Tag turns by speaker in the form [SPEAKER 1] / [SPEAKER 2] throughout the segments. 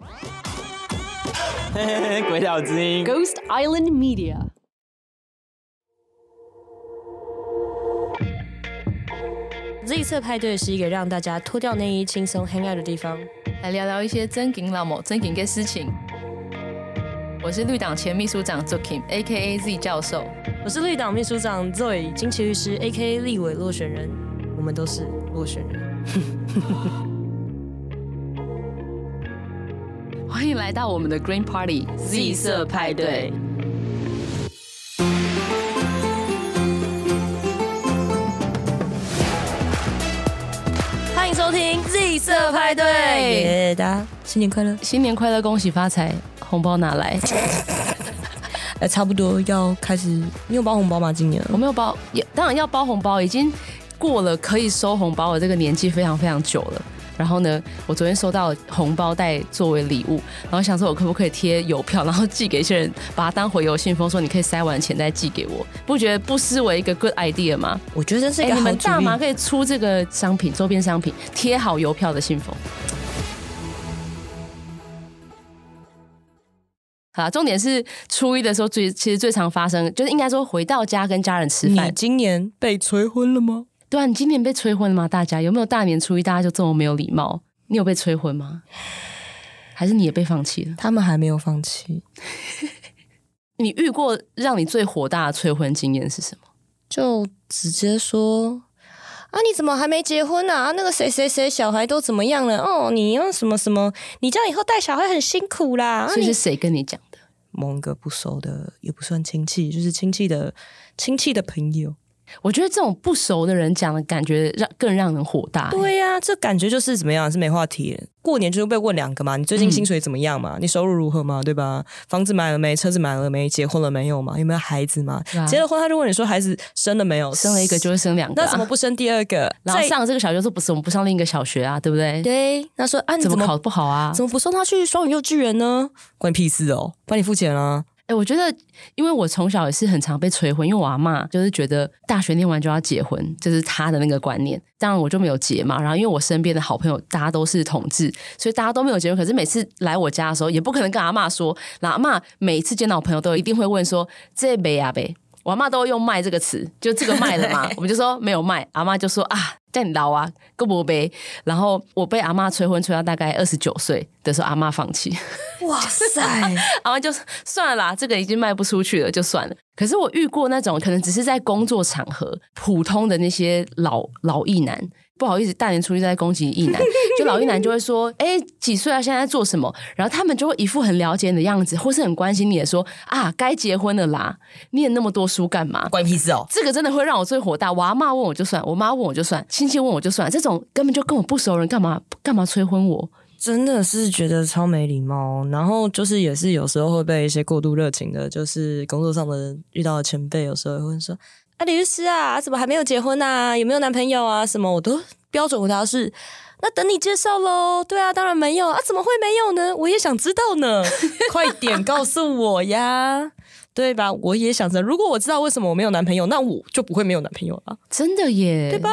[SPEAKER 1] 鬼岛之音
[SPEAKER 2] Ghost Island Media。
[SPEAKER 3] 这一次派对是一个让大家脱掉内衣、轻松 hang out 的地方。
[SPEAKER 4] 来聊聊一些真景老某真景的事情。我是绿党前秘书长 Zukim，A.K.A. Z 教授。
[SPEAKER 3] 我是绿党秘书长 Zoe 金奇律师，A.K.A. 立委落选人，我们都是落选人。
[SPEAKER 4] 欢迎来到我们的 Green Party Z 色派对。
[SPEAKER 3] 欢迎收听 Z 色派对，耶！哎大家新年快乐！
[SPEAKER 4] 新年快乐，恭喜发财，红包拿来。
[SPEAKER 3] 呃，差不多要开始，你有包红包吗？今年
[SPEAKER 4] 我没有包，也当然要包红包，已经过了可以收红包的这个年纪非常非常久了。然后呢，我昨天收到红包袋作为礼物，然后想说我可不可以贴邮票，然后寄给一些人，把它当回邮信封，说你可以塞完钱再寄给我，不觉得不失为一个 good idea 吗？
[SPEAKER 3] 我觉得这是一
[SPEAKER 4] 哎、
[SPEAKER 3] 个
[SPEAKER 4] 你
[SPEAKER 3] 好
[SPEAKER 4] 们
[SPEAKER 3] 主
[SPEAKER 4] 大麻
[SPEAKER 3] 意。
[SPEAKER 4] 可以出这个商品，周边商品贴好邮票的信封。好啦，重点是初一的时候最其实最常发生，就是应该说回到家跟家人吃
[SPEAKER 3] 你
[SPEAKER 4] 饭。
[SPEAKER 3] 今年被催婚了吗？
[SPEAKER 4] 对啊，你今年被催婚了吗？大家有没有大年初一大家就这么没有礼貌？你有被催婚吗？还是你也被放弃了？
[SPEAKER 3] 他们还没有放弃，
[SPEAKER 4] 你遇过让你最火大的催婚经验是什么？
[SPEAKER 3] 就直接说啊，你怎么还没结婚啊？啊那个谁谁谁小孩都怎么样了？哦，你要什么什么？你这样以后带小孩很辛苦啦。啊
[SPEAKER 4] 所以
[SPEAKER 3] 你
[SPEAKER 4] 是谁跟你讲的？
[SPEAKER 3] 某一个不熟的，也不算亲戚，就是亲戚的亲戚的朋友。
[SPEAKER 4] 我觉得这种不熟的人讲的感觉让更让人火大、欸。
[SPEAKER 3] 对呀、这感觉就是怎么样，是没话题。过年就是被问两个嘛，你最近薪水怎么样嘛？你收入如何嘛？对吧？房子买了没？车子买了没？结婚了没有嘛？有没有孩子嘛？
[SPEAKER 4] 啊
[SPEAKER 3] 结了婚，他就问你说孩子生了没有？
[SPEAKER 4] 生了一个就会生两个、
[SPEAKER 3] 那
[SPEAKER 4] 啊，
[SPEAKER 3] 怎么不生第二个？
[SPEAKER 4] 然后
[SPEAKER 3] 再
[SPEAKER 4] 上了这个小学说不是我们不上另一个小学啊，对不对？
[SPEAKER 3] 对，他说啊，你
[SPEAKER 4] 怎
[SPEAKER 3] 怎
[SPEAKER 4] 么
[SPEAKER 3] 么
[SPEAKER 4] 考得不好啊？
[SPEAKER 3] 怎么不送他去双语幼稚园呢？关你屁事哦，帮你付钱啊！
[SPEAKER 4] 哎、我觉得，因为我从小也是很常被催婚，因为我阿妈就是觉得大学念完就要结婚，这、是她的那个观念。当然我就没有结嘛，然后因为我身边的好朋友大家都是同志，所以大家都没有结婚。可是每次来我家的时候，也不可能跟阿妈说，然后阿妈每次见到我朋友都一定会问说这杯啊杯。我阿妈都会用“卖”这个词，就这个卖了嘛，我们就说没有卖。阿妈就说啊，叫你老啊，够不呗。然后我被阿妈催婚，催到大概二十九岁的时候，阿妈放弃。
[SPEAKER 3] 哇塞，
[SPEAKER 4] 然后就算了啦，这个已经卖不出去了，就算了。可是我遇过那种可能只是在工作场合普通的那些老老艺男，不好意思，大年初一在攻击 艺男，就老艺男就会说：“哎、几岁啊？现在在做什么？”然后他们就会一副很了解你的样子，或是很关心你的说：“啊，该结婚了啦，念那么多书干嘛？”
[SPEAKER 3] 关你屁事哦！
[SPEAKER 4] 这个真的会让我最火大。我阿妈问我就算，我妈问我就算，亲戚问我就算，这种根本就跟我不熟的人干嘛干嘛催婚我？
[SPEAKER 3] 真的是觉得超没礼貌，然后就是也是有时候会被一些过度热情的，就是工作上的遇到的前辈，有时候也会说：“啊，李律师啊，怎么还没有结婚啊？有没有男朋友啊？什么？”我都标准回答是：“那等你介绍喽。”对啊，当然没有啊，怎么会没有呢？我也想知道 呢，快点告诉我呀，对吧？我也想知道，如果我知道为什么我没有男朋友，那我就不会没有男朋友了。
[SPEAKER 4] 真的耶，对吧？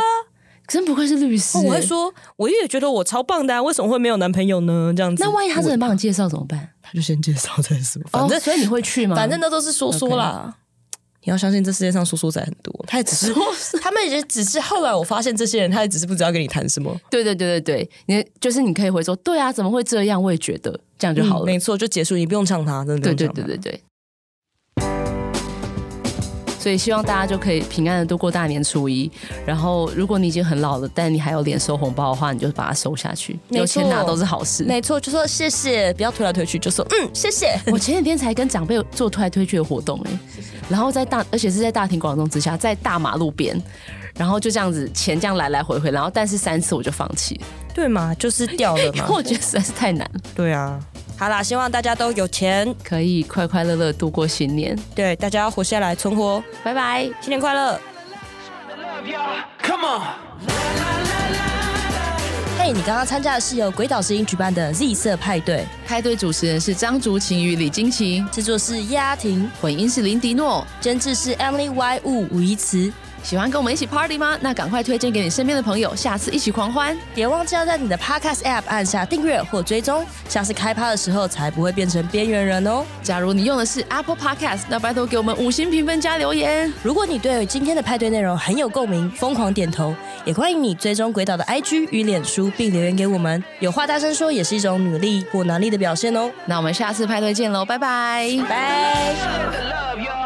[SPEAKER 4] 真不愧是律师、
[SPEAKER 3] 哦我会
[SPEAKER 4] 欸
[SPEAKER 3] 说，我也觉得我超棒的、啊，为什么会没有男朋友呢？这样子，
[SPEAKER 4] 那万一他
[SPEAKER 3] 我
[SPEAKER 4] 真的帮你介绍怎么办？
[SPEAKER 3] 他就先介绍再说，反正、
[SPEAKER 4] 哦、所以你会去吗？
[SPEAKER 3] 反 正那都是说说啦。你要相信这世界上说说仔很多，他也只是他们也只是后来我发现这些人，他也只是不知道跟你谈什么
[SPEAKER 4] 对对对对对，你就是你可以回说，对啊，怎么会这样？我也觉得这样就好了。
[SPEAKER 3] 没错，就结束，你不用呛他，真的不
[SPEAKER 4] 对
[SPEAKER 3] 用
[SPEAKER 4] 对
[SPEAKER 3] 呛他
[SPEAKER 4] 对对对。所以希望大家就可以平安的度过大年初一。然后，如果你已经很老了，但你还有脸收红包的话，你就把它收下去，
[SPEAKER 3] 没错
[SPEAKER 4] 有钱拿都是好事。
[SPEAKER 3] 没错，就说谢谢，不要推来推去，就说嗯谢谢。
[SPEAKER 4] 我前几天才跟长辈做推来推去的活动哎、然后在大，而且是在大庭广众之下，在大马路边，然后就这样子钱这样来来回回，然后但是三次我就放弃了。
[SPEAKER 3] 对嘛，就是掉了
[SPEAKER 4] 因为 我觉得实在是太难了。
[SPEAKER 3] 对啊。好啦，希望大家都有钱，
[SPEAKER 4] 可以快快乐乐度过新年，
[SPEAKER 3] 对，大家要活下来，存活，
[SPEAKER 4] 拜拜。
[SPEAKER 3] 新年快乐。
[SPEAKER 1] ，Come on。
[SPEAKER 3] 嘿、你刚刚参加的是由鬼岛之音举办的 Z 色派对，
[SPEAKER 4] 派对主持人是张竹晴与李金奇，
[SPEAKER 3] 制作是叶阿婷，
[SPEAKER 4] 混音是林迪诺。
[SPEAKER 3] 监制是 Emily Y 五吴一慈。
[SPEAKER 4] 喜欢跟我们一起 party 吗？那赶快推荐给你身边的朋友，下次一起狂欢。
[SPEAKER 3] 别忘记要在你的 Podcast App 按下订阅或追踪，下次开趴的时候才不会变成边缘人哦。
[SPEAKER 4] 假如你用的是 Apple Podcast，那拜托给我们五星评分加留言。
[SPEAKER 3] 如果你对今天的派对内容很有共鸣，疯狂点头，也欢迎你追踪鬼岛的 IG 与脸书，并留言给我们。有话大声说也是一种努力或能力的表现哦。
[SPEAKER 4] 那我们下次派对见喽，拜拜。
[SPEAKER 3] 拜。
[SPEAKER 1] love y'all.